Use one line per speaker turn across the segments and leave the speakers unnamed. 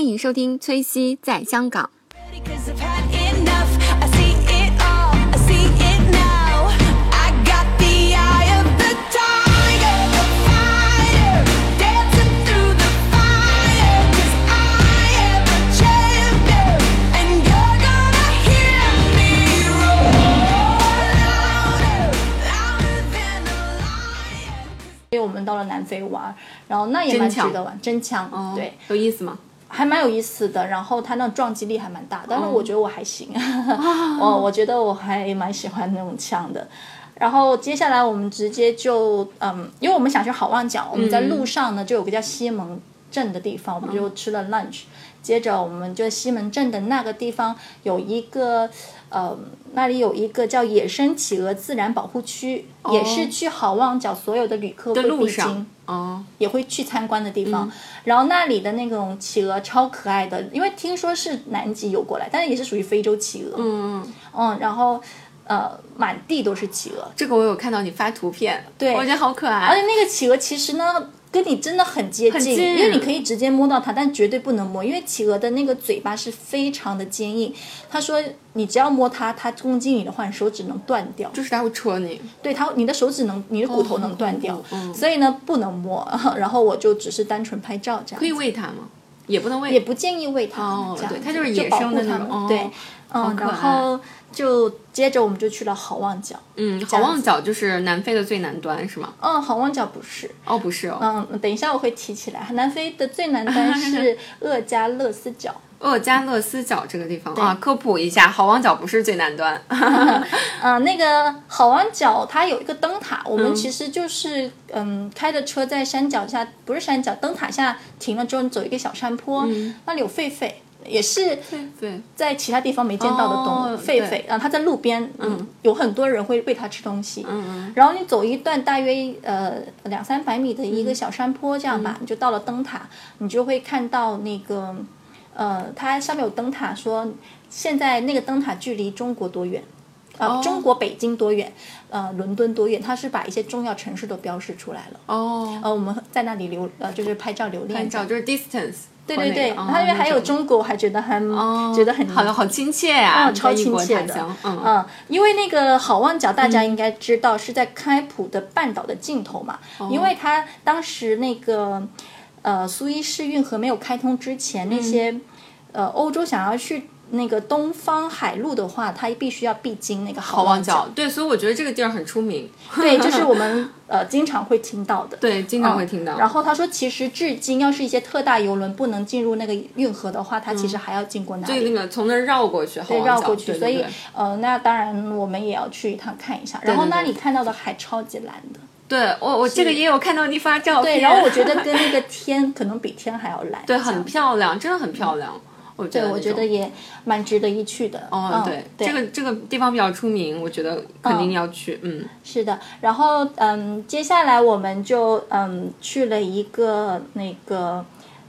迎收听崔西在香港。
Cause I've had enough. I see it all. I see it now. I got the eye of the tiger, the fire, dancing through the fire. 'Cause I am a champion, and you're gonna hear me roar louder, louder than a lion.
所以我们到了南非玩，然后那也蛮值得玩，真枪，对，，
有意思吗？
还蛮有意思的。然后它那撞击力还蛮大，但是我觉得我还行，
哦
哦我我觉得我还蛮喜欢那种枪的。然后接下来我们直接就嗯，因为我们想去好望角，我们在路上呢就有个叫西门镇的地方，我们就吃了 lunch。接着我们就在西门镇的那个地方有一个，呃，那里有一个叫野生企鹅自然保护区，也是去好望角所有的旅客
在
会
哦路
必经
上。哦，
也会去参观的地方。然后那里的那种企鹅超可爱的，因为听说是南极游过来，但是也是属于非洲企鹅。嗯然后呃，满地都是企鹅，
这个我有看到你发图片，
对
我觉得好可
而
爱。
且那个企鹅其实呢。跟你真的很接
很
近，
近
因为你可以直接摸到它，但绝对不能摸，因为企鹅的那个嘴巴是非常的坚硬。他说，你只要摸它，它攻击你的话，你手指能断掉。
就是它会戳你，
对它，你的手指能，你的骨头能断掉，
哦哦哦
所以呢不能摸。 然后我就只是单纯拍照这样。
可以喂它吗？也不能喂，
也不建议喂它们，
哦
这样
对
子
它就是
就
野
保
生
护
的
它
那
们，
种哦
对，
好
嗯，
可
然
爱
后就接着我们就去了好望角，
嗯，
这
好
样
望
子
角就是南非的最南端是吗？
嗯，好望角不是，
哦，不是哦，
嗯，等一下我会提起来，南非的最南端 是厄加勒斯角，
厄加勒斯角这个地方啊，科普一下，好望角不是最 南端。
嗯，那个好望角它有一个灯塔，我们其实就是嗯开着车在山脚下，不是山脚灯塔下停了之后，你走一个小山坡，
嗯
那里有狒狒，也是
对，
在其他地方没见到的动
哦
物，狒
对
狒啊，它在路边，嗯，有很多人会喂它吃东西，
嗯
然后你走一段大约呃两三百米的一个小山坡，这样
嗯
吧，你就到了灯塔，你就会看到那个，呃，它上面有灯塔说现在那个灯塔距离中国多远。啊、
哦
中国北京多远？呃，伦敦多远？它是把一些重要城市都标示出来了。
哦，
呃，我们在那里留呃，就是拍照留念。
拍照就是 distance 和那个。
对对对，
哦
它因为还有
那种
中国，我还觉得还、
哦
觉得很
好好亲切啊，
哦超
你在异国
亲切
他
的
乡嗯
嗯，因为那个好望角，大家应该知道是在开普的半岛的尽头嘛，
哦
因为它当时那个呃苏伊士运河没有开通之前，那些、
嗯
呃欧洲想要去那个东方海路的话，它必须要必经那个好
好望
角
角，，对，所以我觉得这个地儿很出名，
对， 就是我们呃经常会听到的。
对，经常会听到。
嗯然后他说，其实至今要是一些特大游轮不能进入那个运河的话，它其实还要经过哪
嗯对
里？
那个从那儿绕过去，好
对，
望
绕
角
过去，
对
所以
对
呃，那当然我们也要去一趟看一下。然后那里看到的海超级蓝的，
对对我我这个也有看到你发照片，
对，然后我觉得跟那个天 可能比天还要蓝，
对
这样
很漂亮，真的很漂亮，我觉得
对，
那
我觉
种
得也蛮值得一去的。
哦
嗯，
对，
对，
这个这个地方比较出名，我觉得肯定要去，嗯，
是的。然后嗯，接下来我们就嗯去了一个那个。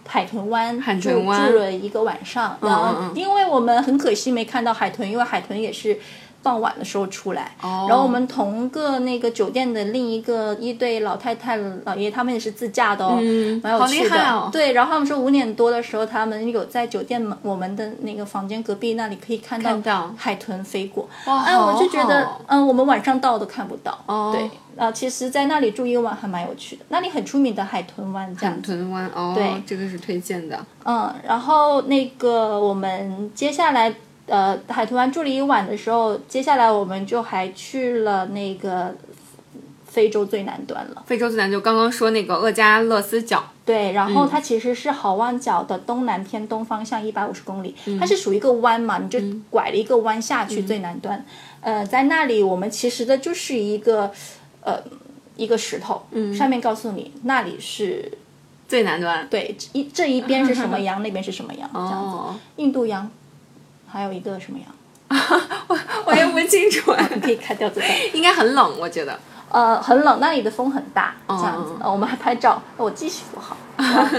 海豚湾
海
住
豚湾
住了一个晚上，然
嗯
后
嗯
因为我们很可惜没看到海豚，因为海豚也是傍晚的时候出来，
哦
然后我们同个那个酒店的另一个一对老太太、老爷，爷，他们也是自驾的哦，
嗯
蛮有趣的。
好厉害哦
对，然后他们说五点多的时候，他们有在酒店门我们的那个房间隔壁那里可以看
看到
到海豚飞过。
哇
哎，我就觉得
好好，
嗯，我们晚上到都看不到。
哦
对，啊，其实，在那里住一个晚还蛮有趣的，那里很出名的海豚湾这样
海豚湾哦，
对
这个是推荐的，
嗯，然后那个我们接下来呃海豚湾住了一晚的时候，接下来我们就还去了那个非洲最南端了。
非洲最南就刚刚说那个厄加勒斯角，
对，然后它其实是好望角的东南偏东方向一百五十公里，它是属于一个弯嘛，你就拐了一个弯下去最南端。呃，在那里我们其实的就是一个呃一个石头，上面告诉你那里是
最南端，
对一这一边是什么洋，那边是什么洋，这样子。
哦，
印度洋，还有一个什么洋？
我也不清楚，
你可以开掉这个。
应该很冷，我觉得，
呃，很冷，那里的风很大，这样子。呃我们还拍照，呃我记性不好。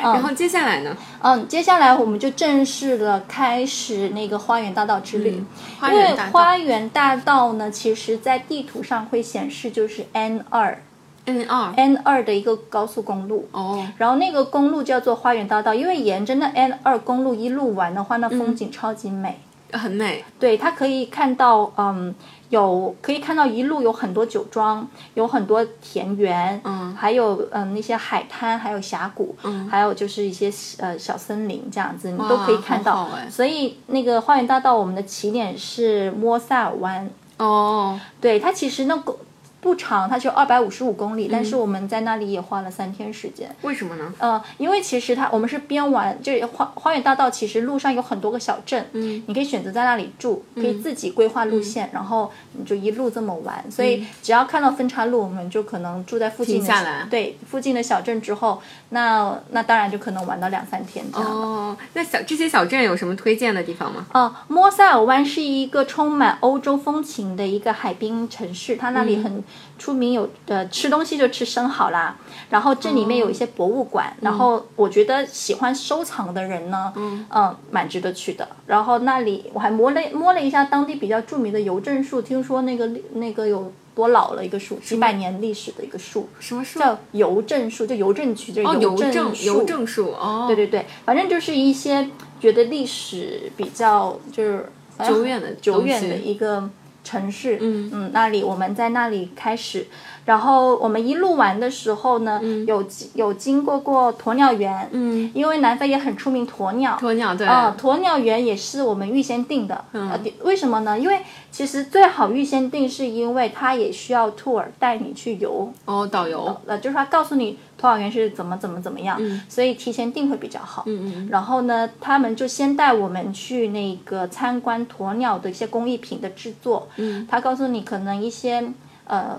然后接下来呢，
嗯，接下来我们就正式的开始那个花园大道之旅。
嗯花
因为
园大道
花园大道呢，其实在地图上会显示就是 N 二
N 二
N 二的一个高速公路。
哦，
然后那个公路叫做花园大道，因为沿着那 N 二公路一路玩的话，那
嗯
风景超级美。
很美，
对，它可以看到，嗯，有可以看到一路有很多酒庄，有很多田园，
嗯
还有嗯那些海滩，还有峡谷，
嗯
还有就是一些呃小森林这样子，你
哇
都可以看到。
很好哎
所以那个花园大道，我们的起点是莫塞尔湾，
哦，
对，它其实那个不长，它就二百五十五
嗯
公里，但是我们在那里也花了三天时间。
为什么呢？
呃，因为其实它我们是边玩，就是花花园大道，其实路上有很多个小镇，
嗯，
你可以选择在那里住，可以自己规划路线，然后你就一路这么玩。所以只要看到分岔路，我们就可能住在附近的
嗯停下来
对附近的小镇之后，那那当然就可能玩到两三天这样。
哦，那小这些小镇有什么推荐的地方吗？
呃，莫塞尔湾是一个充满欧洲风情的一个海滨城市，它那里
嗯
很出名有，呃吃东西就吃生蚝啦。然后这里面
哦
有一些博物馆，
嗯
然后我觉得喜欢收藏的人呢，嗯、蛮值得去的。然后那里我还摸了摸了一下当地比较著名的邮政树，听说那个那个有多老了一个树，几百年历史的一个树，
什么树？
叫邮政树，就邮政局，就是
哦，邮
政
政
树。
邮政树哦，
对对对，反正就是一些觉得历史比较就是反正
久远的
久
东
远的
西
一个城市，
嗯
那里我们在那里开始，然后我们一路玩的时候呢，有经有经过过鸵鸟园，
嗯，
因为南非也很出名鸵鸟，
鸵鸟对，嗯
啊，鸵鸟园也是我们预先定的，呃为什么呢？因为其实最好预先定，是因为它也需要 tour 带你去游，
哦，导游，
呃，就是他告诉你托老园是怎么怎么怎么样，所以提前订会比较好。
嗯嗯嗯
然后呢，他们就先带我们去那个参观鸵鸟的一些工艺品的制作。
嗯，
他告诉你可能一些呃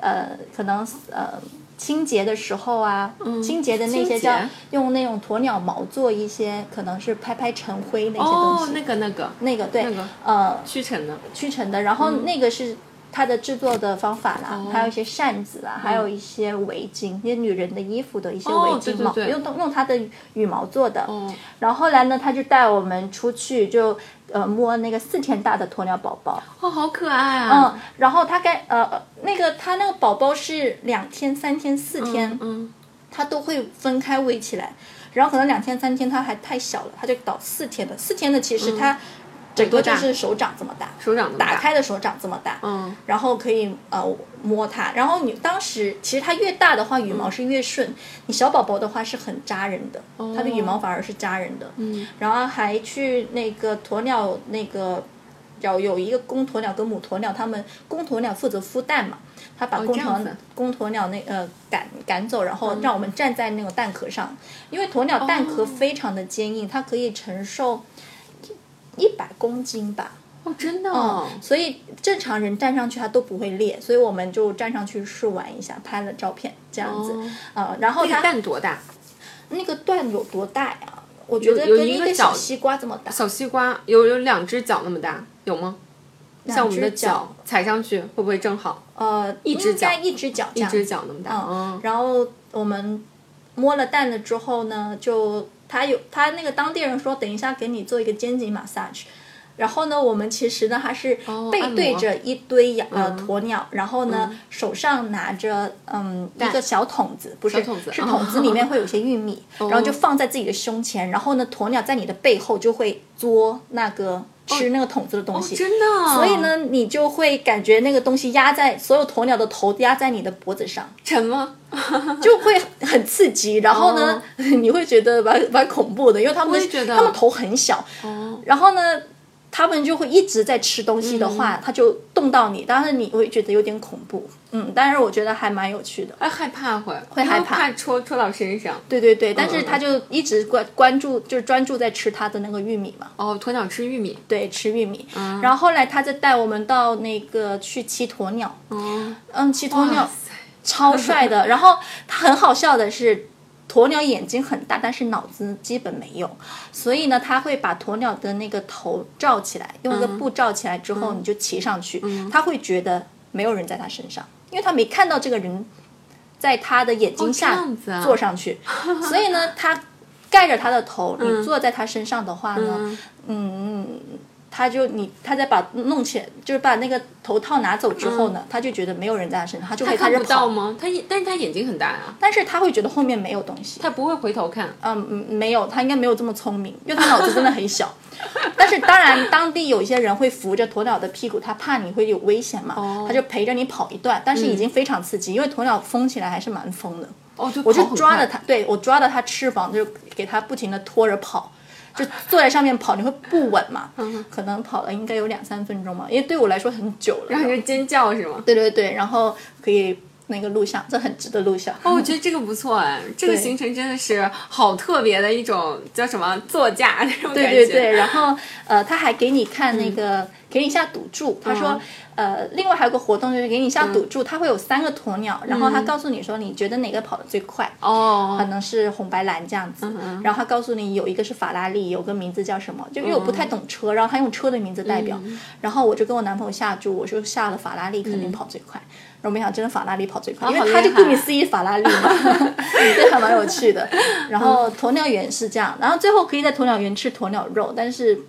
呃，可能呃清洁的时候啊，清洁的那
嗯清
些叫
洁
用那种鸵鸟毛做一些，可能是拍拍尘灰那些东
哦，
西。
那个那个
那个对，
那个
呃，
屈臣的，
屈臣的，然后那个是它的制作的方法啦，
嗯哦嗯
还有一些扇子啊，还有一些围巾，一些女人的衣服的一些围
哦对
巾
对
嘛，
对
用动用它的羽毛做的。
哦，
然后后来呢，他就带我们出去就。呃，摸那个四天大的鸵鸟宝宝，
哦，好可爱啊，
嗯，然后他该呃那个他那个宝宝是两天、三天、四天，
嗯，
它都会分开喂起来，然后可能两天三天它还太小了，它就搞四天的，四天的其实它整个
多
就
嗯大
是手掌这么大，
手掌那么
打
大，
开的手掌这么大，
嗯，
然后可以呃摸它，然后你当时其实它越大的话羽毛是越顺，
嗯
你小宝宝的话是很扎人的，它的羽毛反而是扎人的，
哦嗯，
然后还去那个鸵鸟那个。有有一个公鸵鸟跟母鸵鸟，它们公鸵鸟负责孵蛋嘛，它把
哦
公
这
鸵、
样子
公鸵鸟那呃赶赶走，然后让我们站在那个蛋壳上，因为鸵鸟蛋壳
哦
非常的坚硬，它可以承受一百公斤吧，
哦，真的
嗯
哦，，
所以正常人站上去它都不会裂，所以我们就站上去试玩一下，拍了照片这样子
哦，
呃，然后
那个
它
蛋多大？
那个段有多大呀？我觉得
有有
跟
一
一
个
个小
脚
西瓜这么大，
小西瓜有有两只脚那么大，有吗？像我们的
两只脚，
踩上去会不会正好
呃，
一只
应该
脚
一只脚这
一
样
只脚那么大？
嗯
哦，
然后我们摸了蛋了之后呢，就他有他那个当地人说，等一下给你做一个肩颈 massage。然后呢，我们其实呢还是
哦按
背
摩
对着一堆羊、呃
嗯
鸵鸟，然后呢、手上拿着嗯一
蛋
个小桶子，不是
小桶子
是
哦
桶子里面会有些玉 米，然后就放在自己的胸前，然后呢鸵鸟在你的背后就会嘬那个吃那个桶子的东
哦
西，
真的哦，
所以呢你就会感觉那个东西压在所有鸵鸟的头压在你的脖子上，
沉吗？
就会很刺激，然后呢， 你会觉得蛮蛮恐怖的，因为他们
哦我也觉得
他们头很小，
哦，
然后呢，他们就会一直在吃东西的
嗯
话，它就动到你，当然你会觉得有点恐怖，嗯，但是我觉得还蛮有趣的。
哎，害怕会
会害怕
怕戳戳到身上。
对对对，但是
嗯
他就一直关关注，就是专注在吃他的那个玉米嘛，
哦，鸵鸟吃玉米。
对，吃玉米。
嗯
然后后来他就带我们到那个去骑鸵鸟，
哦，
嗯，骑鸵鸟
哇塞
超帅 的。然后他很好笑的是，鸵鸟眼睛很大，但是脑子基本没有，所以呢，他会把鸵鸟的那个头罩起来，用一
嗯
个布罩起来之后，你就骑上去，他会觉得没有人在他身上，因为他没看到这个人在他的眼睛
哦这
下
样子啊
坐上去，所以呢，他盖着他的头，你坐在他身上的话呢，
嗯
嗯他就你他再把弄起来，就是把那个头套拿走之后呢，他就觉得没有人在他身上，他就会
嗯他
开
看
始
不到
跑。
吗？他眼，但是他眼睛很大啊，
但是他会觉得后面没有东西，
他不会回头看。
嗯，嗯没有，他应该没有这么聪明，因为他脑子真的很 小。但是当然，当地有一些人会扶着鸵鸟的屁股，他怕你会有危险嘛，
哦
他就陪着你跑一段，但是已经非常刺激，因为鸵鸟疯起来还是蛮疯的。
哦，就
我就
跑很
抓
快
着它，对我抓着它翅膀，就给它不停的拖着跑，就坐在上面跑，你会不稳嘛？
嗯
可能跑了应该有两三分钟嘛，因为对我来说很久了。
然后你就尖叫是吗？
对对对，然后可以那个录像，这很值得录像。
哦，我觉得这个不错哎，这个
对
行程真的是好特别的一种叫什么座驾那种感
对对
觉。嗯
对，然后呃，他还给你看那个，给你一下赌注。他说，呃，另外还有个活动就是给你一下
嗯
赌注，他会有三个鸵鸟，然后他告诉你说，你觉得哪个跑得最快？可
哦，
能是红白蓝这样子，
嗯
然后他告诉你有一个是法拉利，有个名字叫什么，就因为我不
嗯
太懂车，然后他用车的名字代表，然后我就跟我男朋友下注，我就下了法拉利肯定跑最快，然后没想到真的法拉利跑最快，因
嗯哦好
为他就
厉害啊
顾名思义法拉利嘛， 嗯这还蛮有趣的。然后
嗯
鸵鸟园是这样，然后最后可以在鸵鸟园吃鸵鸟肉，但是。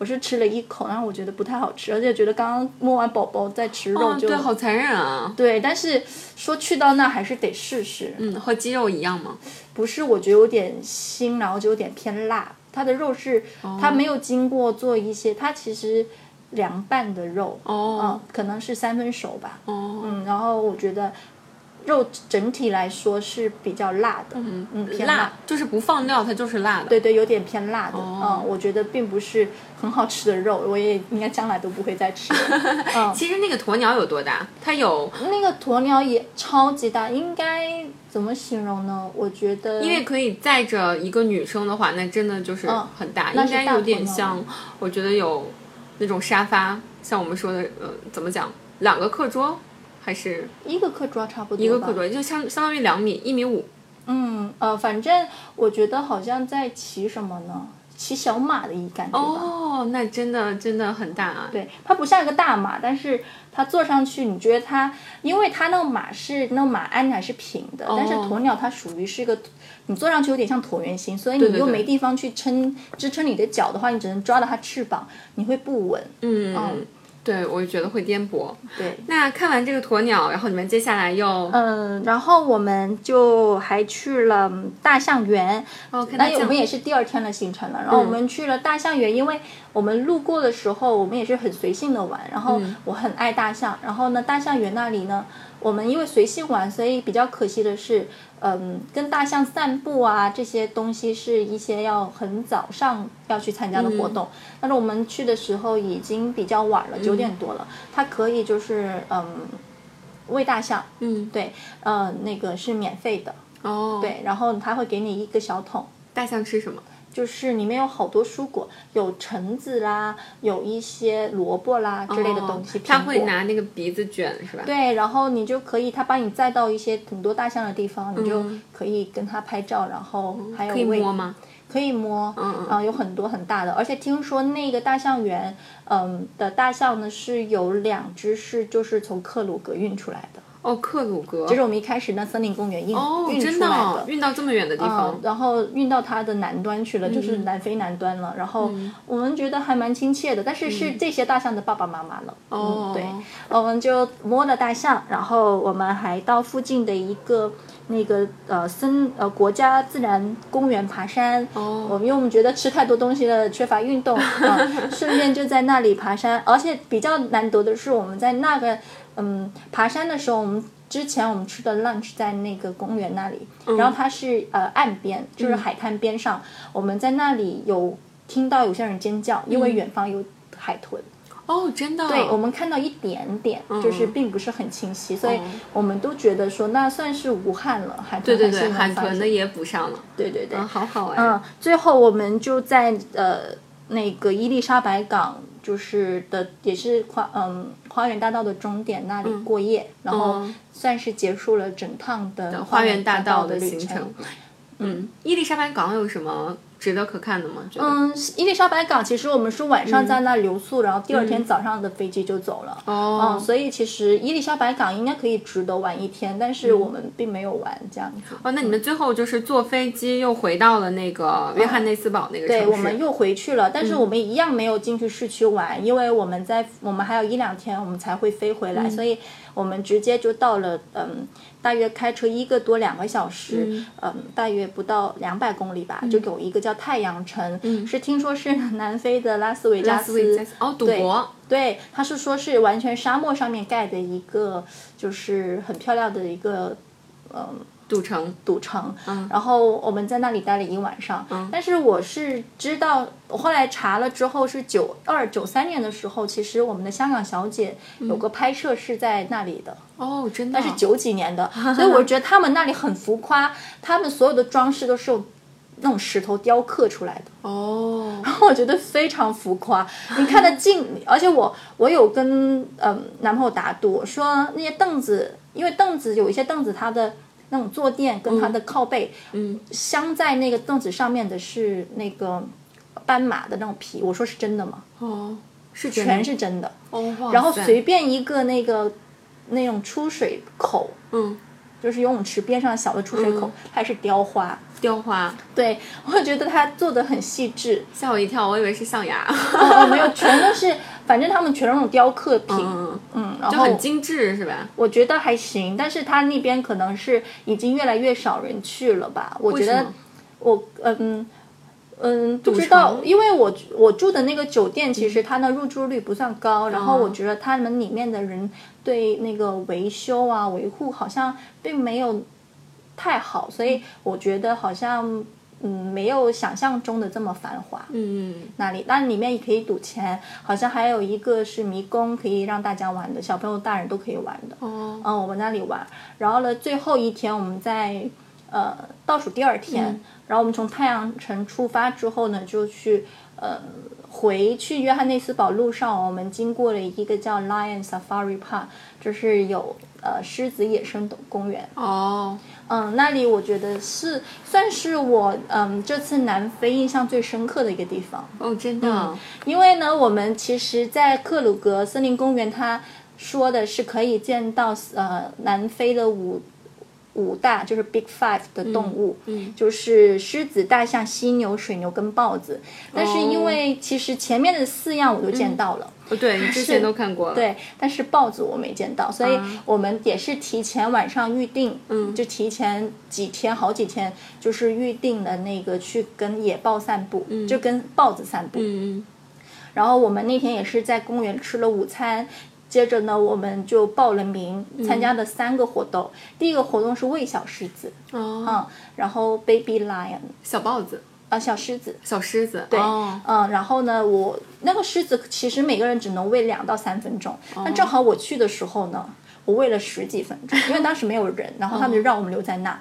我是吃了一口，然后我觉得不太好吃，而且觉得刚刚摸完宝宝再吃肉
哦
就、
对，好残忍啊！
对，但是说去到那还是得试试，
嗯，和鸡肉一样吗？
不是，我觉得有点腥，然后就有点偏辣。它的肉是、
哦
它没有经过做一些，它其实凉拌的肉，
哦
嗯，可能是三分熟吧，
哦，
嗯，然后我觉得肉整体来说是比较辣的，嗯偏
辣就是不放料，它就是辣的。
对对，有点偏辣的，
哦
嗯，我觉得并不是很好吃的肉，我也应该将来都不会再吃了， 嗯，
其实那个鸵鸟有多大？它有，
那个鸵鸟也超级大，应该怎么形容呢？我觉得
因为可以载着一个女生的话，那真的就是
嗯
很大，
那
应
是
该
大
有点
头脑
像，我觉得有那种沙发，像我们说的，呃，怎么讲，两个课桌还是
一个课桌差不多吧，
一个课桌，就相相当于两米一米五。
嗯，呃，反正我觉得好像在骑什么呢？骑小马的一感觉吧。
哦，那真的真的很大啊。
对，它不像一个大马，但是它坐上去，你觉得它，因为它那个马是那个马鞍还是平的，但是
哦
鸵鸟它属于是一个，你坐上去有点像椭圆形，所以
对
你
对
又
对
没地方去撑支撑你的脚的话，你只能抓到它翅膀，你会不稳。
嗯，
嗯
对，我觉得会颠簸。
对，
那看完这个鸵鸟，然后你们接下来又哦
嗯，然后我们就还去了嗯大象园，
看
那
它
我
讲
们也是第二天的行程了，
嗯
然后我们去了大象园，因为我们路过的时候，我们也是很随性的玩。然后
嗯
我很爱大象，然后呢，大象园那里呢，我们因为随性玩，所以比较可惜的是，嗯，跟大象散步啊这些东西是一些要很早上要去参加的活动。
嗯
但是我们去的时候已经比较晚了，九点多了，它可以就是嗯喂大象，
嗯
对，呃，那个是免费的，
哦，，
对，然后它会给你一个小桶。
大象吃什么？
就是里面有好多蔬果，有橙子啦，有一些萝卜啦之类的东西，
哦它
苹
会
果
拿那个鼻子卷是吧？
对，然后你就可以，它把你载到一些很多大象的地方，你就
嗯
可以跟它拍照，然后还有
可以
喂
摸吗？
可以摸，
嗯嗯
啊、有很多很大的，而且听说那个大象园，嗯的大象呢是有两只是就是从克鲁格运出来的，
哦，克鲁格，
就是我们一开始那森林公园运、
哦，
运
真
出
的
来
哦
的，
运到这么远的地
嗯
方，，嗯
然后运到它的南端去了，就是南非南端了。然后我们觉得还蛮亲切的，但是是这些大象的爸爸妈妈了。
嗯哦
嗯，对，我们就摸了大象，然后我们还到附近的一个那个呃森呃国家自然公园爬山。
哦
我们因为我们觉得吃太多东西了，缺乏运动， 嗯顺便就在那里爬山。而且比较难得的是，我们在那个嗯爬山的时候，我们。之前我们吃的 lunch 在那个公园那里，
嗯
然后它是呃岸边，就是海滩边上，我们在那里有听到有些人尖叫，
嗯
因为远方有海豚，
哦，真的哦，
对我们看到一点点，
嗯
就是并不是很清晰，所以我们都觉得说那算是无憾了，海
对
豚
对
还
对，
是
海
能发
豚
现
的，也补上了，
对对对，
嗯，好好哎，
嗯，最后我们就在呃那个伊丽莎白港，就是的也是花嗯花园大道的终点那
嗯
里过夜，然后
哦
算是结束了整趟的
花
园
园大
道
道的
旅
行
程
程。。嗯，伊丽莎白港有什么值得可看的吗？觉得
嗯，伊丽莎白港其实我们是晚上在那留宿，然后第二天早上的飞机就走了。
哦
嗯，所以其实伊丽莎白港应该可以值得玩一天，但是我们并没有玩这样子。
哦，那你们最后就是坐飞机又回到了那个约翰内斯堡那个城市，
嗯
嗯
对，我们又回去了，但是我们一样没有进去市区玩，因为我们在我们还有一两天我们才会飞回来，
嗯
所以我们直接就到了，嗯，大约开车一个多两个小时，嗯，大约不到两百公里吧，
嗯
就有一个叫太阳城，是听说是南非的拉斯维加
拉斯维
斯，
加斯哦，赌
对
博，
对，它是说是完全沙漠上面盖的一个，就是很漂亮的一个
赌城，
赌城。然后我们在那里待了一晚上。但是我是知道，我后来查了之后是九二九三年的时候，其实我们的香港小姐有个拍摄是在那里的。
哦，真的，
是九几年的，所以我觉得他们那里很浮夸，他们所有的装饰都是用那种石头雕刻出来的。
哦，
我觉得非常浮夸。你看得近，而且我我有跟嗯男朋友打赌，我说那些凳子，因为凳子有一些凳子它的。那种坐垫跟它的靠背，嗯，镶在那个凳子上面的是那个斑马的那种皮，我说是真的吗？
哦，是真的
全是真的。
哦，哇
然后
塞
随便一个那个那种出水口，
嗯
就是游泳池边上小的出水口，还是雕花。
雕花，
对，我觉得它做的很细致，
吓我一跳，我以为是象 牙，
哦，没有，全都是，反正他们全是那种雕刻品，
嗯，
嗯，然
就
后
很精致是吧？
我觉得还行，但是他那边可能是已经越来越少人去了吧，我
为
觉
什
得
么？
我嗯。嗯，不
赌
知道，
城
因为我我住的那个酒店，其
嗯
实它的入住率不算高，
啊
然后我觉得他们里面的人对那个维修啊、维护好像并没有太好，所
嗯
以我觉得好像嗯没有想象中的这么繁华。
嗯，
那里，那里面也可以赌钱，好像还有一个是迷宫，可以让大家玩的，小朋友、大人都可以玩的。
哦，
嗯，我们那里玩，然后呢，最后一天我们在呃倒数第二天，然后我们从太阳城出发之后呢，就去呃回去约翰内斯堡路上，我们经过了一个叫 Lion Safari Park，就是有呃狮子野生动公园。
哦，
嗯，那里我觉得是算是我嗯这次南非印象最深刻的一个地方。
哦，真的，
因为呢，我们其实，在克鲁格森林公园，它说的是可以见到呃南非的五五大就是 Big Five 的动物，
嗯
就是狮子、大象、犀牛、水牛跟豹子。但是因为其实前面的四样我都见到了。
哦，对，你之前
是
都看过了，，
对，但是豹子我没见到，所以
啊
我们也是提前晚上预定，嗯，就提前几天好几天，就是预定了那个去跟野豹散步，就跟豹子散步，
嗯
然后我们那天也是在公园吃了午餐，接着呢，我们就报了名，
嗯
参加了三个活动。第一个活动是喂小狮子，
嗯，哦，
嗯，然后 baby lion
小豹子，
啊小狮子，
小狮子，
对，
哦，
嗯，然后呢，我那个狮子其实每个人只能喂两到三分钟，但正好我去的时候呢，我喂了十几分钟，因为当时没有人，然后他们就让我们留在那。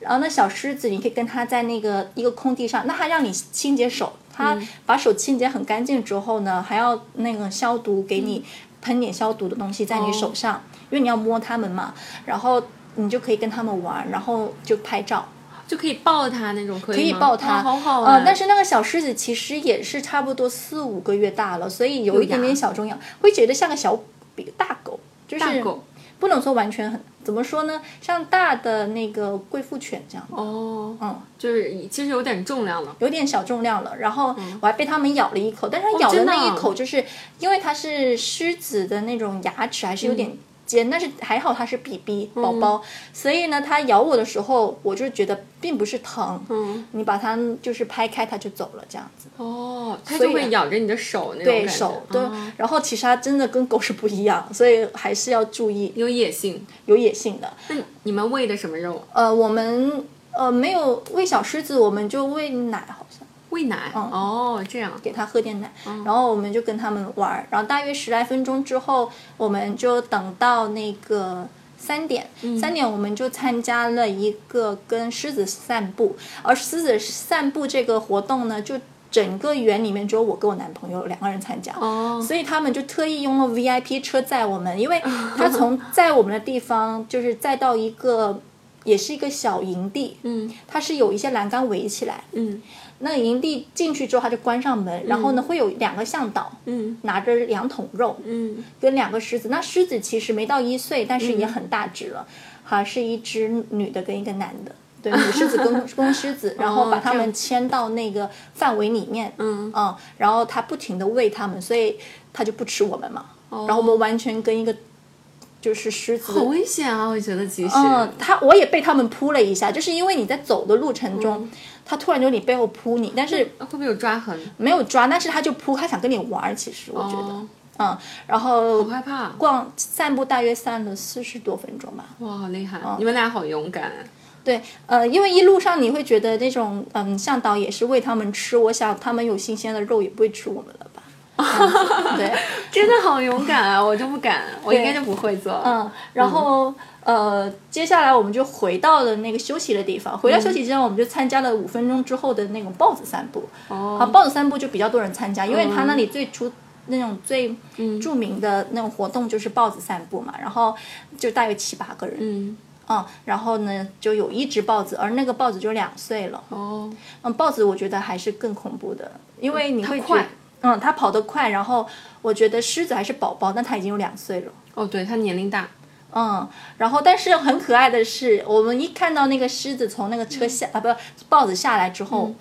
然后那小狮子，你可以跟它在那个一个空地上，那它让你清洁手，它把手清洁很干净之后呢，还要那个消毒，给你喷点消毒的东西在你手上，因为你要摸它们嘛，然后你就可以跟它们玩，然后就拍照。
就可以抱它那种，可
可
以
以
吗
抱它，
哦好好
呃
玩，
但是那个小狮子其实也是差不多四五个月大了，所以有
有
一点点
牙
小中养，会觉得像个小比大狗，就是
大狗，
不能说完全很怎么说呢，像大的那个贵妇犬这样，
哦，
嗯，
就是其实有点重量了，
有点小重量了。然后我还被它们咬了一口，但是它咬的
嗯真的
那
啊
一口就是、因为它是狮子的那种牙齿还是有点。
嗯
尖，但是还好它是 BB 宝宝，所以呢，它咬我的时候，我就觉得并不是疼，
嗯，
你把它就是拍开，它就走了这样子。
哦，它
所
就
以
会咬着你的手那种
对
感觉
手对
哦，
然后其实它真的跟狗是不一样，所以还是要注意
有野性。
有野性的。
那你们喂的什么肉？
呃，我们呃没有喂小狮子，我们就喂奶，好像
喂奶、
嗯
哦，这样
给它喝点奶，然后我们就跟它们玩儿，然后大约十来分钟之后，我们就等到那个。三点，三点我们就参加了一个跟狮子散步，而狮子散步这个活动呢，就整个园里面只有我跟我男朋友两个人参加，
哦，
所以他们就特意用了 VIP 车载我们，因为他从在我们的地方就是再到一个也是一个小营地，
嗯
它是有一些栏杆围起来。
嗯
那营地进去之后，它就关上门，然后呢会有两个向导
嗯
拿着两桶肉
嗯
跟两个狮子。那狮子其实没到一岁，但是也很大只了，好像是一只女的跟一个男的。对，母狮子 跟公狮子，
哦
然后把它
这
们
样
牵到那个范围里面，
嗯
嗯，然后它不停的喂它们，所以它就不吃我们嘛。然后我们完全跟一个就是狮子
哦好危险啊！我觉得其实，
嗯，他我也被他们扑了一下，就是因为你在走的路程
嗯
中，他突然就你背后扑你，但是
会不会有抓痕？
没有抓，但是他就扑，他想跟你玩儿，其实我觉得，
哦，
嗯，然后
好害怕！
逛散步大约散了四十多分钟吧，
哇，好厉害！你们俩好勇敢。啊
对，呃，因为一路上你会觉得那种嗯向导也是喂他们吃，我想他们有新鲜的肉也不会吃我们了吧，这样子对。
真的好勇敢啊！我就不敢，我应该就不会做。
嗯，然后、呃，接下来我们就回到了那个休息的地方。回到休息之前，我们就参加了五分钟之后的那种豹子散步。
哦
啊，豹子散步就比较多人参加，因为它那里最出。那种最
嗯
著名的那种活动就是豹子散步嘛，然后就大约七八个人，
嗯，
嗯，然后呢就有一只豹子，而那个豹子就两岁了，
哦，
嗯，豹子我觉得还是更恐怖的，因为你会觉
它快
嗯，它跑得快，然后我觉得狮子还是宝宝，但它已经有两岁了，
哦，对，他年龄大，
嗯，然后但是很可爱的是，我们一看到那个狮子从那个车
嗯
下、啊，不豹子下来之后，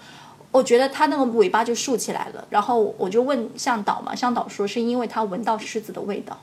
我觉得它那个尾巴就竖起来了。然后我就问向导嘛，向导说是因为它闻到狮子的味道，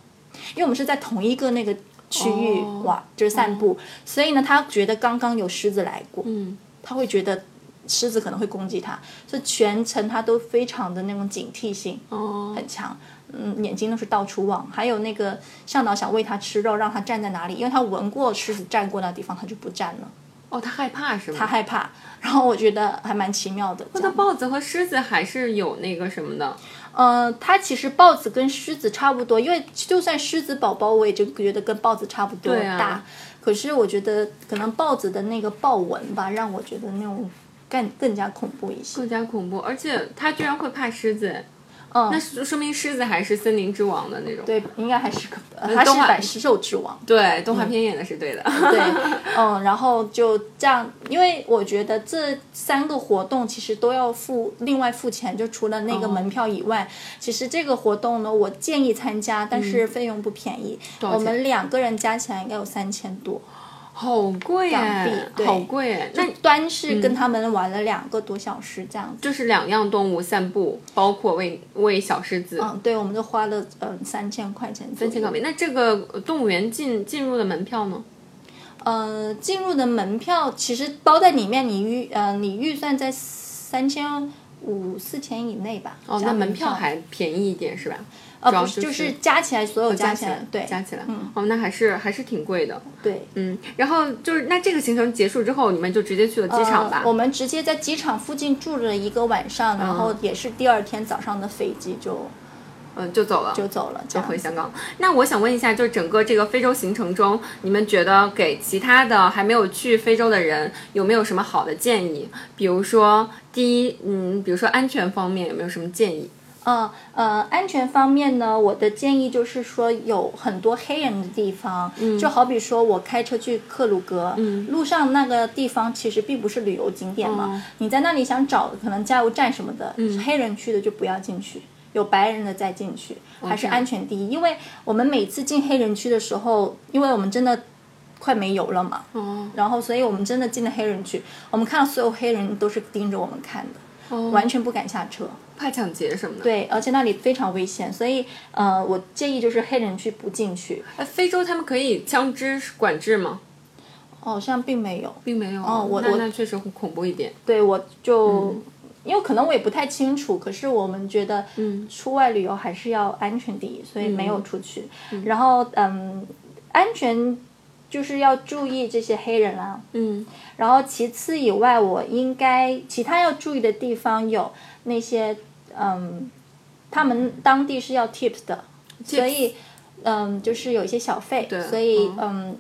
因为我们是在同一个那个区域、
哦
哇，就是散步，所以呢，他觉得刚刚有狮子来过，
嗯，
他会觉得狮子可能会攻击它，所以全程他都非常的那种警惕性。
哦，
很强，嗯，眼睛都是到处望。还有那个向导想喂它吃肉，让它站在哪里，因为它闻过狮子站过那地方，它就不站了，
哦，他害怕是吗？
它害怕。然后我觉得还蛮奇妙的。这
那
样
豹子和狮子还是有那个什么的，
呃，它其实豹子跟狮子差不多，因为就算狮子宝宝，我也就觉得跟豹子差不多
对啊
大。可是我觉得可能豹子的那个豹纹吧，让我觉得那种更更加恐怖一些。
更加恐怖，而且他居然会怕狮子，
嗯
那说说明狮子还是森林之王的那种。
对，应该还是个，呃它是
动画
百狮兽之王。
对，动画片演的是对的。
对， 嗯，然后就这样，因为我觉得这三个活动其实都要付另外付钱，就除了那个
哦
门票以外，其实这个活动呢，我建议参加，但是费用不便宜，
嗯多少
我
钱
们两个人加起来应该有三千多。
好贵
港币
耶，
对
好贵耶！那嗯
那端是跟他们玩了两个多小时这样子，
就是两样动物散步，包括喂喂小狮子，
嗯，对，我们就花了嗯三千块钱，
三千港币。。那这个呃动物园进进入的门票呢？
呃，进入的门票其实包在里面，你预呃你预算在三千五四千以内吧。
哦，
加
那门票还便宜一点是吧？主
呃，
要
不是，
就
就是是加起来所有哦加
起
起来，对，
加起来，
嗯，
哦，那还是还是挺贵的，
对，
嗯。然后就是那这个行程结束之后，你们就直接去了嗯机场吧？
呃我们直接在机场附近住了一个晚上，然后也是第二天早上的飞机就
嗯，就走了，
就走了，这
就
样
回
子。
香港。那我想问一下，就是整个这个非洲行程中，你们觉得给其他的还没有去非洲的人有没有什么好的建议？比如说，第一，嗯，比如说安全方面有没有什么建议？
嗯呃，安全方面呢，我的建议就是说，有很多黑人的地方，
嗯
就好比说我开车去克鲁格，路上那个地方其实并不是旅游景点嘛，
哦嗯
你在那里想找可能加油站什么的，黑人区的就不要进去。有白人的再进去，还是安全第一。因为我们每次进黑人区的时候，因为我们真的快没油了嘛，
哦
然后所以我们真的进了黑人区，我们看到所有黑人都是盯着我们看的，
哦
完全不敢下车。
怕抢劫什么的。，
对，而且那里非常危险，所以呃，我建议就是黑人区不进去，
哎，非洲他们可以枪支管制吗？
哦好像并没有。
并没有。啊
哦我
那
我
那确实会恐怖一点。
对，我就、因为可能我也不太清楚，可是我们觉得，嗯，出外旅游还是要安全第一，所以没有出去。然后嗯，安全就是要注意这些黑人啊，
嗯，
然后其次以外，我应该其他要注意的地方有那些，嗯，他们当地是要 tips 的，所以，嗯，就是有一些小费，
对
所以
嗯
嗯，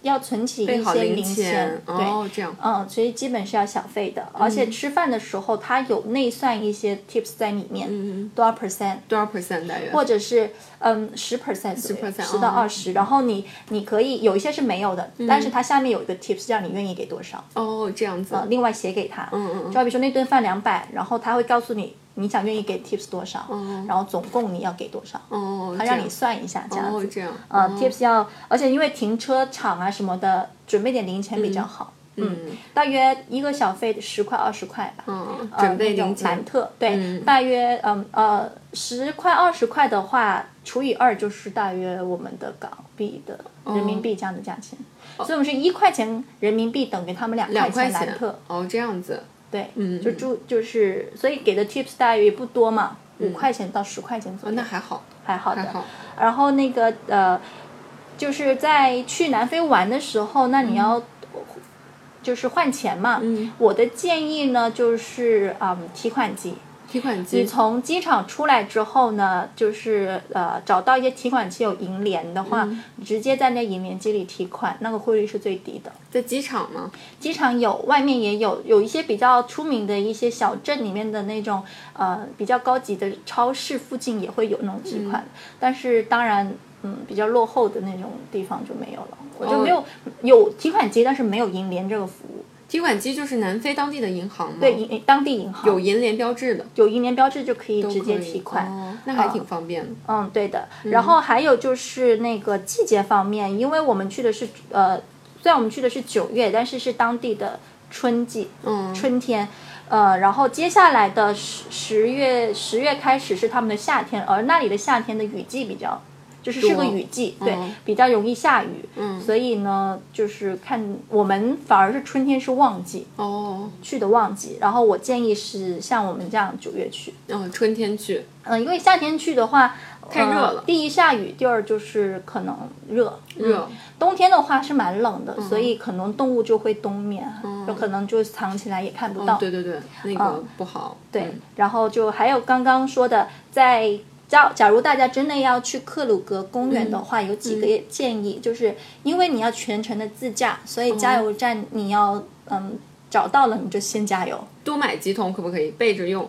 要存起
备
一
好
些
零
零
钱
对，
哦，这样嗯
嗯，所以基本是要小费的，而且吃饭的时候它有内算一些 tips 在里面，
嗯
多少 percent，
多少 percent 大约？
或者是嗯十 percent 左右，
10%
十到二十、然后你你可以有一些是没有的，
嗯
但是它下面有一个 tips 让你愿意给多少，
哦，这样子
呃，另外写给他，
嗯嗯嗯
就好比说那顿饭两百，然后他会告诉你你想愿意给 tips 多少，然后总共你要给多少，
哦，
他
这
让
样
你算一下这样
哦
子，
这样
呃、
哦
tips 要，而且因为停车场啊什么的，准备点零钱比较好。嗯，大约一个小费十块二十块吧。
嗯
呃，
准备
那种
零钱
兰特对，
嗯
大约嗯呃十块二十块的话，除以二就是大约我们的港币的
哦
人民币这样的价钱。所以我们是一块钱人民币等于他们两
两
钱兰
钱
特，
哦，这样子
对，
嗯
就
嗯
住就是，所以给的 tips 大约也不多嘛，五块钱到十块钱左
嗯哦，
右，
那还好，
还好的。
还好，
然后那个呃，就是在去南非玩的时候，那你要、就是换钱嘛。
嗯
我的建议呢就是嗯提款机。
提款
你
机
从机场出来之后呢，就是呃找到一些提款机有银联的话，你直接在那银联机里提款，那个汇率是最低的。
在机场吗？
机场有，外面也有，有一些比较出名的一些小镇里面的那种呃比较高级的超市附近也会有那种直
嗯
款，但是当然。嗯，比较落后的那种地方就没有了，我就没
哦
有、有提款机，但是没有银联这个服务。
提款机就是南非当地的银行吗？
对，，银当地银行
嗯有银联标志的，
有银联标志就可以
都
直接
可以
提款。
哦，那还
啊
挺方便的。
嗯，对的。然后还有就是那个季节方面，因为我们去的是呃，虽然我们去的是九月，但是是当地的春季，
嗯
春天。呃，然后接下来的十十月十月开始是他们的夏天，而那里的夏天的雨季比较，就是是个
多
雨季，对，
嗯
比较容易下雨，
嗯
所以呢，就是看我们反而是春天是旺季
哦，
去的旺季，然后我建议是像我们这样九月去，
嗯，春天去，
嗯，因为夏天去的话
太热
呃
了
第一下雨，第二就是可能热。嗯
热，嗯
冬天的话是蛮冷的，所以可能动物就会冬眠，有可能就藏起来也看不到。嗯
嗯，对对嗯对，那个不好。
对然后就还有刚刚说的，在假假如大家真的要去克鲁格公园
嗯
的话，有几个建议，就是因为你要全程的自驾，所
嗯
以加油站你要嗯找到了你就先加油。
多买几桶可不可以备着用？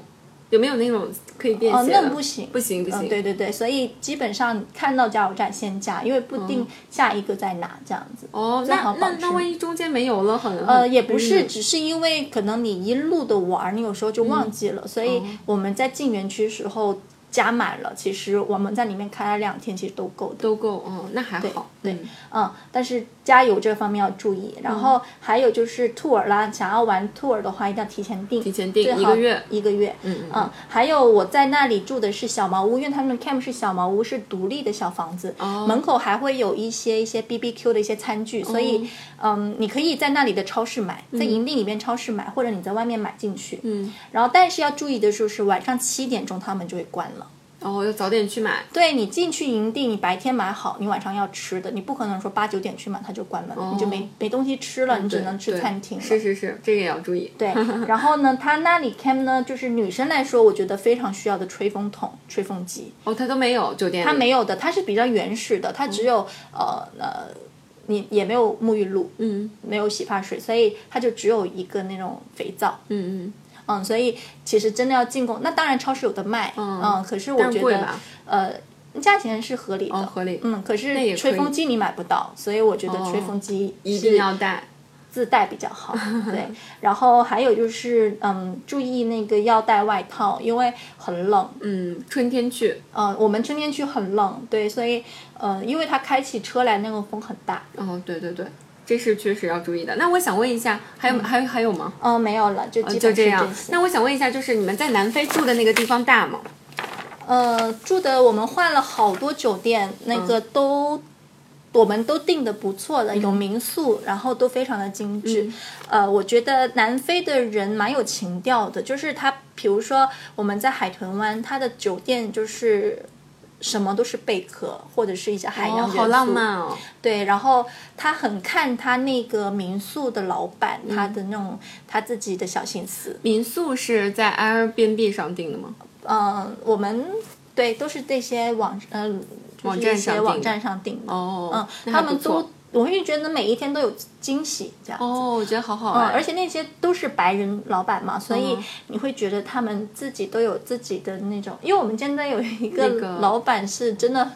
有没有那种可以便携的？
哦那不行
不行，不行。
嗯，对对对，所以基本上看到加油站先加，因为不定下一个在哪这样子。
哦，
最
那
好保
那
持
那万一中间没有了，很
呃，
很
也不是，
嗯
只是因为可能你一路的玩儿，你有时候就忘记了，所以我们在进园区时候加满了，其实我们在里面开了两天，其实都够的。
都够，哦，那还好。
对
嗯
嗯，但是加油这方面要注意，然后还有就是 tour 啦，想要玩 tour 的话，一定要提前订，
提前订
最好
一个月
一个月，
嗯嗯
嗯，还有我在那里住的是小茅屋，因为他们 camp 是小茅屋，是独立的小房子，
哦
门口还会有一些一些 BBQ 的一些餐具，所以
哦
嗯，你可以在那里的超市买，在营地里面超市买，或者你在外面买进去，
嗯，
然后但是要注意的就是晚上七点钟他们就会关了。
哦，要早点去买。
对你进去营地，你白天买好，你晚上要吃的，你不可能说八九点去买它就关门，你就没没东西吃了，你嗯只
对
能吃
哦对
餐厅了。
是是是，这个也要注意。
对， 然后呢，它那里 camp 呢，就是女生来说，我觉得非常需要的吹风筒、吹风机，
哦，他都没有酒店里，
它没有的，它是比较原始的，它只有、呃呃，你也没有沐浴露，
嗯
没有洗发水，所以它就只有一个那种肥皂，
嗯嗯，
嗯，所以其实真的要进贡，那当然超市有的卖，嗯可是我
但
觉
是贵
得
吧？
呃，价钱是合理的，
哦合理
嗯，可
那也
是
可以
吹风机你买不到，所以我觉得
哦
吹风机
一
是
定要带。
自带比较好。 对，然后还有就是，嗯，注意那个要带外套，因为很冷。
嗯，春天去，
嗯，我们春天去很冷，对，所以，呃，因为它开起车来那个风很大。
哦，对对对，这是确实要注意的。那我想问一下，还有还有还有吗？呃
嗯，没有了，就基
哦就
本是
这样。
些。
那我想问一下，就是你们在南非住的那个地方大
哦
吗？
呃，住的我们换了好多酒店，
嗯
那个都。我们都订的不错的，
嗯
有民宿，然后都非常的精致。呃，我觉得南非的人蛮有情调的，就是他，比如说我们在海豚湾，他的酒店就是什么都是贝壳或者是一些海洋、
哦，好浪漫哦。
对，然后他很看他那个民宿的老板，
嗯
他的那种他自己的小心思。
民宿是在 Airbnb 上订的吗？
嗯，我们对都是这些网嗯、就是
网站
一
上
些
订
网
的
站上订的。
哦，
嗯，
那
他
还
们
不错
都我会觉得每一天都有惊喜这样子。
哦，我觉得好好
嗯，
玩，
而且那些都是白人老板嘛，所以
嗯
你会觉得他们自己都有自己的那种，因为我们现在有一个
那个
老板是真的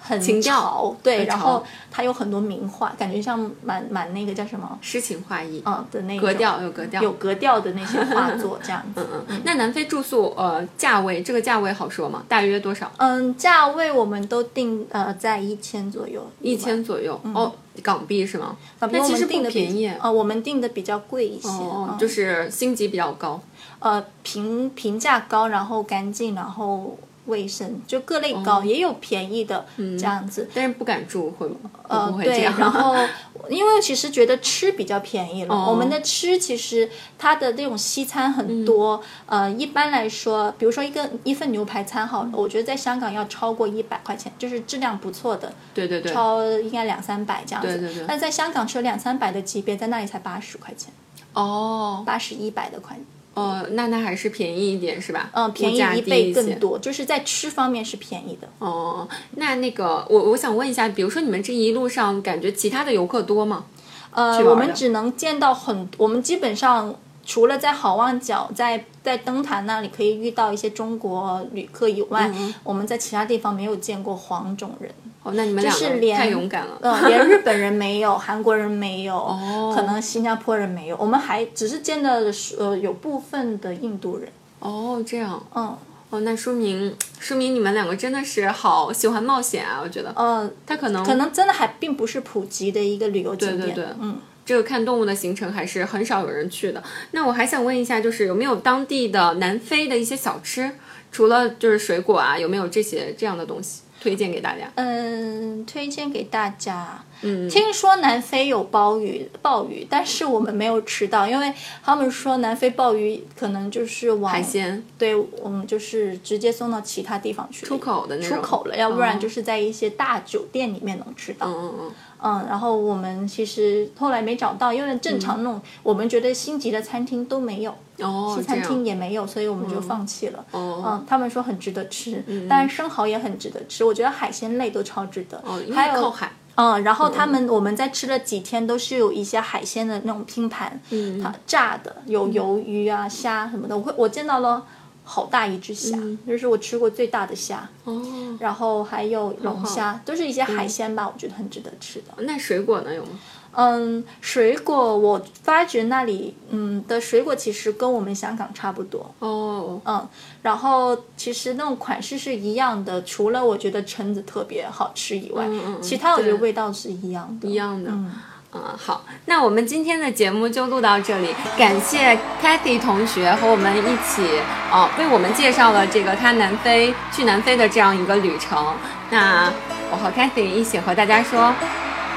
很
情调
潮，对，
很
然
潮
后他有很多名画，感觉像蛮蛮那个叫什么，
诗情画意，
嗯的那种
格调有格调
有格调的那些画作这样子。
嗯嗯。那南非住宿呃价位，这个价位好说吗？大约多少？
嗯，价位我们都定呃在一千左右，
一千左右哦，港币是吗？
啊，比
那
我
其
们
实
定
不
的
便宜
啊，我们定的比较贵一些，
哦，
嗯
就是星级比较高。
呃评评价高，然后干净，然后卫生，就各类高，
哦嗯
也有便宜的、这样子。
但是不敢住，会会
呃
不，会这
对，
样？
然后因为其实觉得吃比较便宜了，
哦嗯
我们的吃其实它的那种西餐很多，呃，一般来说，比如说一个一份牛排餐好了，我觉得在香港要超过一百块钱，就是质量不错的，
对对对，
超应该两三百这样子。
对对对
但在香港吃两三百的级别，在那里才八十块钱，
哦
八十一百的块钱。
哦，那那还是便宜一点是吧？
嗯，便
物价
宜一
低
倍
些
更多，就是在吃方面是便宜的。
哦，那那个我我想问一下，比如说你们这一路上感觉其他的游客多吗？
呃，
去
我
玩
们
的
只能见到很，我们基本上除了在好望角、在在灯塔那里可以遇到一些中国旅客以外，
嗯
我们在其他地方没有见过黄种人。
哦，那你们
就
两
是
个
连
太勇敢了。
呃，连日本人没有， 韩国人没有，
哦
可能新加坡人没有，我们还只是见到了呃有部分的印度人。
哦，这样
嗯
哦，那说明说明你们两个真的是好喜欢冒险啊！我觉得
呃，
他可能
可能真的还并不是普及的一个旅游景
对
点。
对
嗯。
这个看动物的行程还是很少有人去的。那我还想问一下，就是有没有当地的南非的一些小吃？除了就是水果啊，有没有这些这样的东西推荐给大家？
嗯，推荐给大家。嗯，听说南非有鲍鱼，鲍鱼，但是我们没有吃到，因为他们说南非鲍鱼可能就是往
海，鲜
对，我们就是直接送到其他地方去了，
出口的那
出
种，
口了，要不然
哦
就是在一些大酒店里面能吃到。
嗯嗯嗯，
嗯，然后我们其实后来没找到，因为正常
嗯
那种、我们觉得星级的餐厅都没有，
哦
西，
这
餐厅
样，嗯
也没有，所以我们就放弃了。
哦嗯
嗯，他们说很值得吃，但是生蚝也很值得吃，我觉得海鲜类都超值得。
哦，因为
还
靠
有，
海，
嗯，然后他们、我们在吃了几天，都是有一些海鲜的那种拼盘，嗯，它炸的
嗯
有鱿鱼啊、虾什么的，我会我见到了好大一只虾，
嗯
这是我吃过最大的虾，
哦，
然后还有龙
好嗯
虾，都是一些海鲜吧，我觉得很值得吃的。
那水果呢有吗？
嗯，水果我发觉那里嗯的水果其实跟我们香港差不多，
哦，
嗯，然后其实那种款式是一样的，除了我觉得橙子特别好吃以外，
嗯嗯
其他我觉得
对
味道是一样的。
一样的。
嗯
嗯，好，那我们今天的节目就录到这里，感谢 Kathy 同学和我们一起，哦，为我们介绍了这个她南非去南非的这样一个旅程。那我和 Kathy 一起和大家说，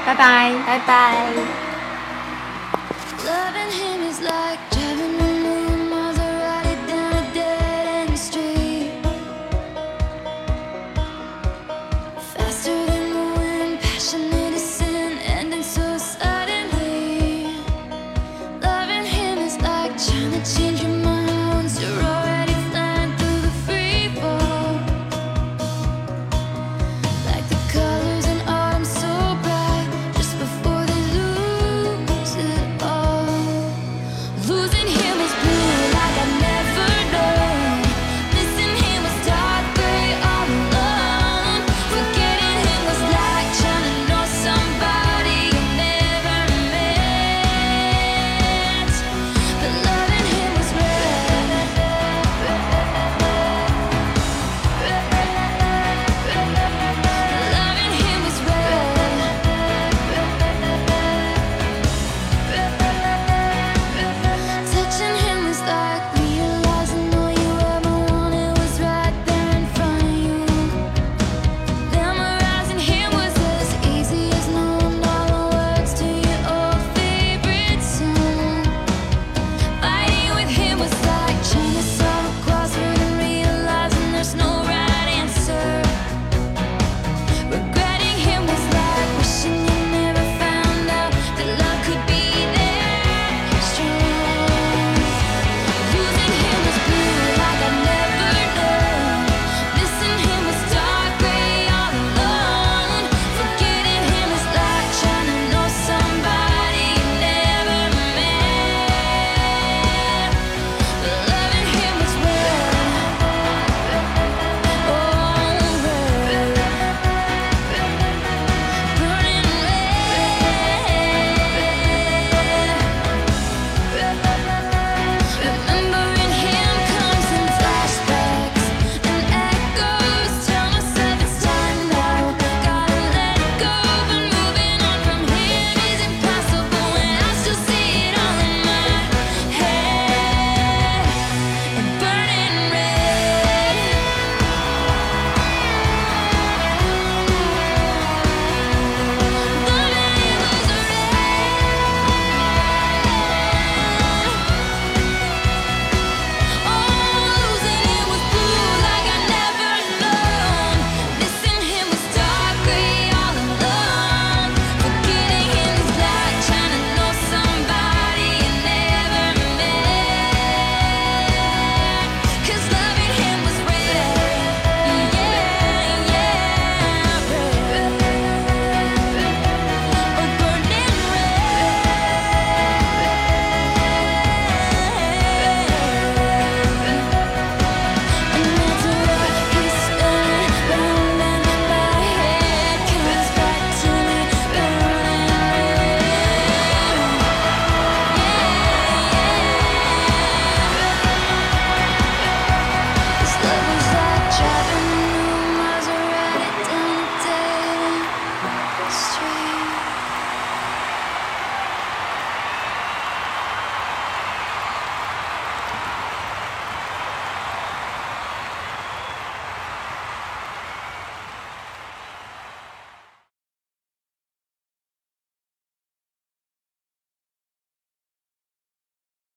拜拜。
拜拜。
Loving him is like driving me